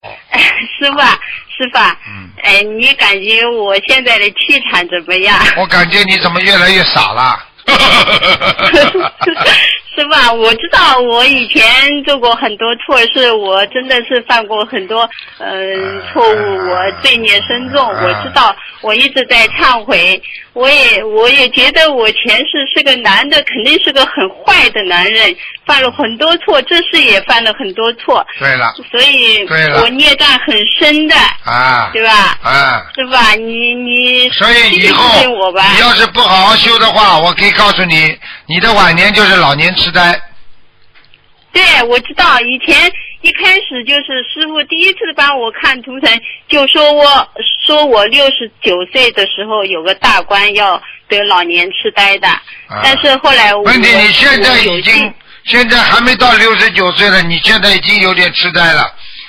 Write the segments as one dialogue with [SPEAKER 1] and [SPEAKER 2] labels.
[SPEAKER 1] 师傅，啊，师傅，啊，
[SPEAKER 2] 嗯，
[SPEAKER 1] 哎，你感觉我现在的气场怎么 样？
[SPEAKER 2] 我感觉你怎么越来越傻了？
[SPEAKER 1] 师傅啊，我知道我以前做过很多错事，我真的是犯过很多嗯、
[SPEAKER 2] 啊
[SPEAKER 1] 错误，我罪孽深重，
[SPEAKER 2] 啊
[SPEAKER 1] 我知道，我一直在忏悔，我也我也觉得我前世是个男的，肯定是个很坏的男人，犯了很多错，这事也犯了很多错，
[SPEAKER 2] 对了，
[SPEAKER 1] 所以
[SPEAKER 2] 对了
[SPEAKER 1] 我孽障很深的，
[SPEAKER 2] 啊
[SPEAKER 1] 对吧？
[SPEAKER 2] 啊，
[SPEAKER 1] 师傅啊，你你
[SPEAKER 2] 所以以
[SPEAKER 1] 这个事
[SPEAKER 2] 后
[SPEAKER 1] 情我吧，
[SPEAKER 2] 你要是不好好修的话，我可以告诉你，你的晚年就是老年痴呆。
[SPEAKER 1] 对，我知道，以前一开始就是师傅第一次帮我看图腾，就说我说我六十九岁的时候有个大关要得老年痴呆的，
[SPEAKER 2] 啊
[SPEAKER 1] 但是后来我
[SPEAKER 2] 问题你现在
[SPEAKER 1] 哦我有
[SPEAKER 2] 已经
[SPEAKER 1] 幸
[SPEAKER 2] 现在还没到六十九岁了，你现在已经有点痴呆了。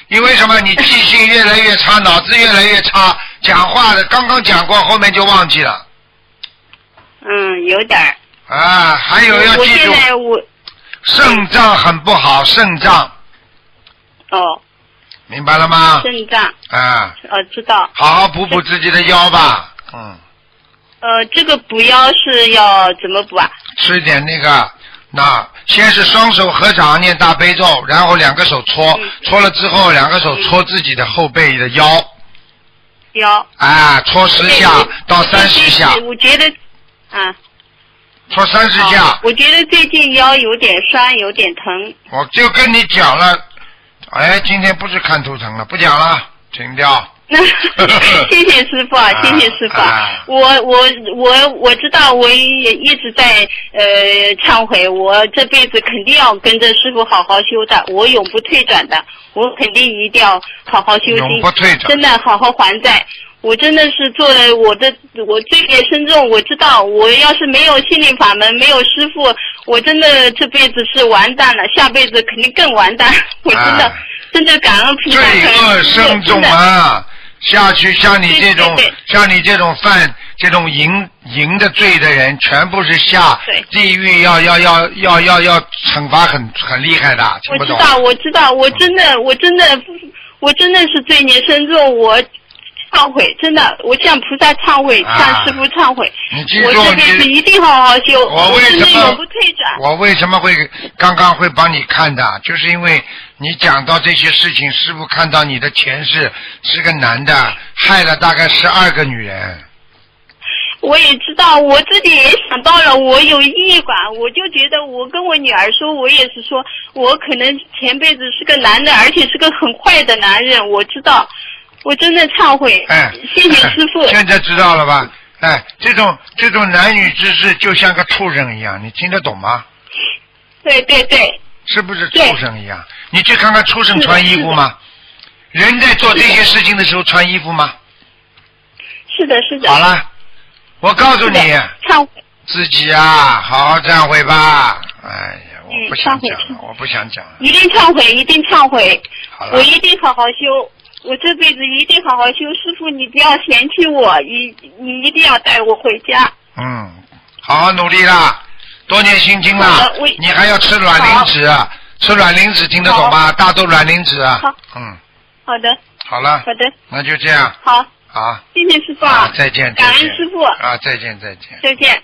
[SPEAKER 2] 因为什么？你记性越来越差，脑子越来越差，讲话的刚刚讲过，后面就忘记了
[SPEAKER 1] 嗯有点儿，
[SPEAKER 2] 啊。还有要
[SPEAKER 1] 我
[SPEAKER 2] 记
[SPEAKER 1] 现
[SPEAKER 2] 住，
[SPEAKER 1] 在我
[SPEAKER 2] 肾脏很不好，肾脏
[SPEAKER 1] 哦
[SPEAKER 2] 明白了吗？
[SPEAKER 1] 肾脏
[SPEAKER 2] 啊，
[SPEAKER 1] 呃知道
[SPEAKER 2] 好好补补自己的腰吧，嗯，
[SPEAKER 1] 呃这个补腰是要怎么补啊？
[SPEAKER 2] 吃点那个，那先是双手合掌念大悲咒，然后两个手搓
[SPEAKER 1] 嗯，
[SPEAKER 2] 搓了之后两个手搓自己的后背的腰，
[SPEAKER 1] 腰
[SPEAKER 2] 啊，搓十下
[SPEAKER 1] 对
[SPEAKER 2] 到三十下，
[SPEAKER 1] 我觉得啊
[SPEAKER 2] 搓三十下
[SPEAKER 1] 好，我觉得最近腰有点酸，有点疼。
[SPEAKER 2] 我就跟你讲了，哎，今天不是看图腾了，不讲了，停掉。
[SPEAKER 1] 那 谢谢师傅，啊，谢谢师傅。
[SPEAKER 2] 啊
[SPEAKER 1] 啊！我我我我知道，我也一直在呃忏悔，我这辈子肯定要跟着师傅好好修的，我永不退转的，我肯定一定要好好修
[SPEAKER 2] 永
[SPEAKER 1] 心
[SPEAKER 2] 不退转，
[SPEAKER 1] 真的好好还债。我真的是做了我的我罪孽深重，我知道我要是没有心理法门，没有师傅，我真的这辈子是完蛋了，下辈子肯定更完蛋。 我真的、
[SPEAKER 2] 啊
[SPEAKER 1] 真的感恩菩
[SPEAKER 2] 罪
[SPEAKER 1] 萨，感
[SPEAKER 2] 恶
[SPEAKER 1] 恩师父
[SPEAKER 2] 深
[SPEAKER 1] 真
[SPEAKER 2] 重
[SPEAKER 1] 的
[SPEAKER 2] 啊！下去像你这种
[SPEAKER 1] 对对对
[SPEAKER 2] 像你这种犯这种淫淫的罪的人，全部是下
[SPEAKER 1] 对
[SPEAKER 2] 地狱要要要要要要惩罚很很厉害的，听
[SPEAKER 1] 我
[SPEAKER 2] 不
[SPEAKER 1] 知
[SPEAKER 2] 懂？嗯
[SPEAKER 1] 道，我知道，我真的，我真的，我真的是罪孽深重，我忏悔，真的，我向菩萨忏悔，
[SPEAKER 2] 啊
[SPEAKER 1] 向师傅忏悔，
[SPEAKER 2] 你记
[SPEAKER 1] 我
[SPEAKER 2] 住
[SPEAKER 1] 这辈子
[SPEAKER 2] 你。
[SPEAKER 1] 一定好好修，
[SPEAKER 2] 我为
[SPEAKER 1] 真的
[SPEAKER 2] 什么
[SPEAKER 1] 永不退转。
[SPEAKER 2] 我为什么会刚刚会帮你看的？就是因为你讲到这些事情，师傅看到你的前世是个男的，害了大概十二个女人。
[SPEAKER 1] 我也知道，我自己也想到了，我有异管，我就觉得我跟我女儿说，我也是说，我可能前辈子是个男的，而且是个很坏的男人，我知道，我真的忏悔，
[SPEAKER 2] 哎，
[SPEAKER 1] 谢谢师傅。
[SPEAKER 2] 现在知道了吧？哎，这种这种男女之事就像个畜生一样，你听得懂吗？
[SPEAKER 1] 对对对，
[SPEAKER 2] 是不是畜
[SPEAKER 1] 对
[SPEAKER 2] 生一样？你去看看畜生穿衣服吗？人在做这些事情的时候穿衣服吗？
[SPEAKER 1] 是的，是的。
[SPEAKER 2] 好，了，我告诉你，
[SPEAKER 1] 忏悔。
[SPEAKER 2] 自己啊，好好忏悔吧。哎呀，我
[SPEAKER 1] 嗯
[SPEAKER 2] 不想
[SPEAKER 1] 忏悔
[SPEAKER 2] 讲了，我不想讲了。
[SPEAKER 1] 一定忏悔，一定忏悔，
[SPEAKER 2] 好
[SPEAKER 1] 嗯我
[SPEAKER 2] 了，
[SPEAKER 1] 一定好好修，我这辈子一定好好修。师傅，你不要嫌弃我，一你一定要带我回家。
[SPEAKER 2] 嗯，好好努力啦，多念心经啦
[SPEAKER 1] 好的我。
[SPEAKER 2] 你还要吃卵磷脂，啊吃卵磷脂听得懂吗？大豆卵磷脂。
[SPEAKER 1] 好
[SPEAKER 2] 嗯，
[SPEAKER 1] 好的，
[SPEAKER 2] 好了，
[SPEAKER 1] 好的，
[SPEAKER 2] 那就这样
[SPEAKER 1] 好，
[SPEAKER 2] 啊
[SPEAKER 1] 谢谢师傅，
[SPEAKER 2] 啊，再见，再
[SPEAKER 1] 感恩
[SPEAKER 2] 见
[SPEAKER 1] 师傅，
[SPEAKER 2] 啊，再见，再见。
[SPEAKER 1] 再见。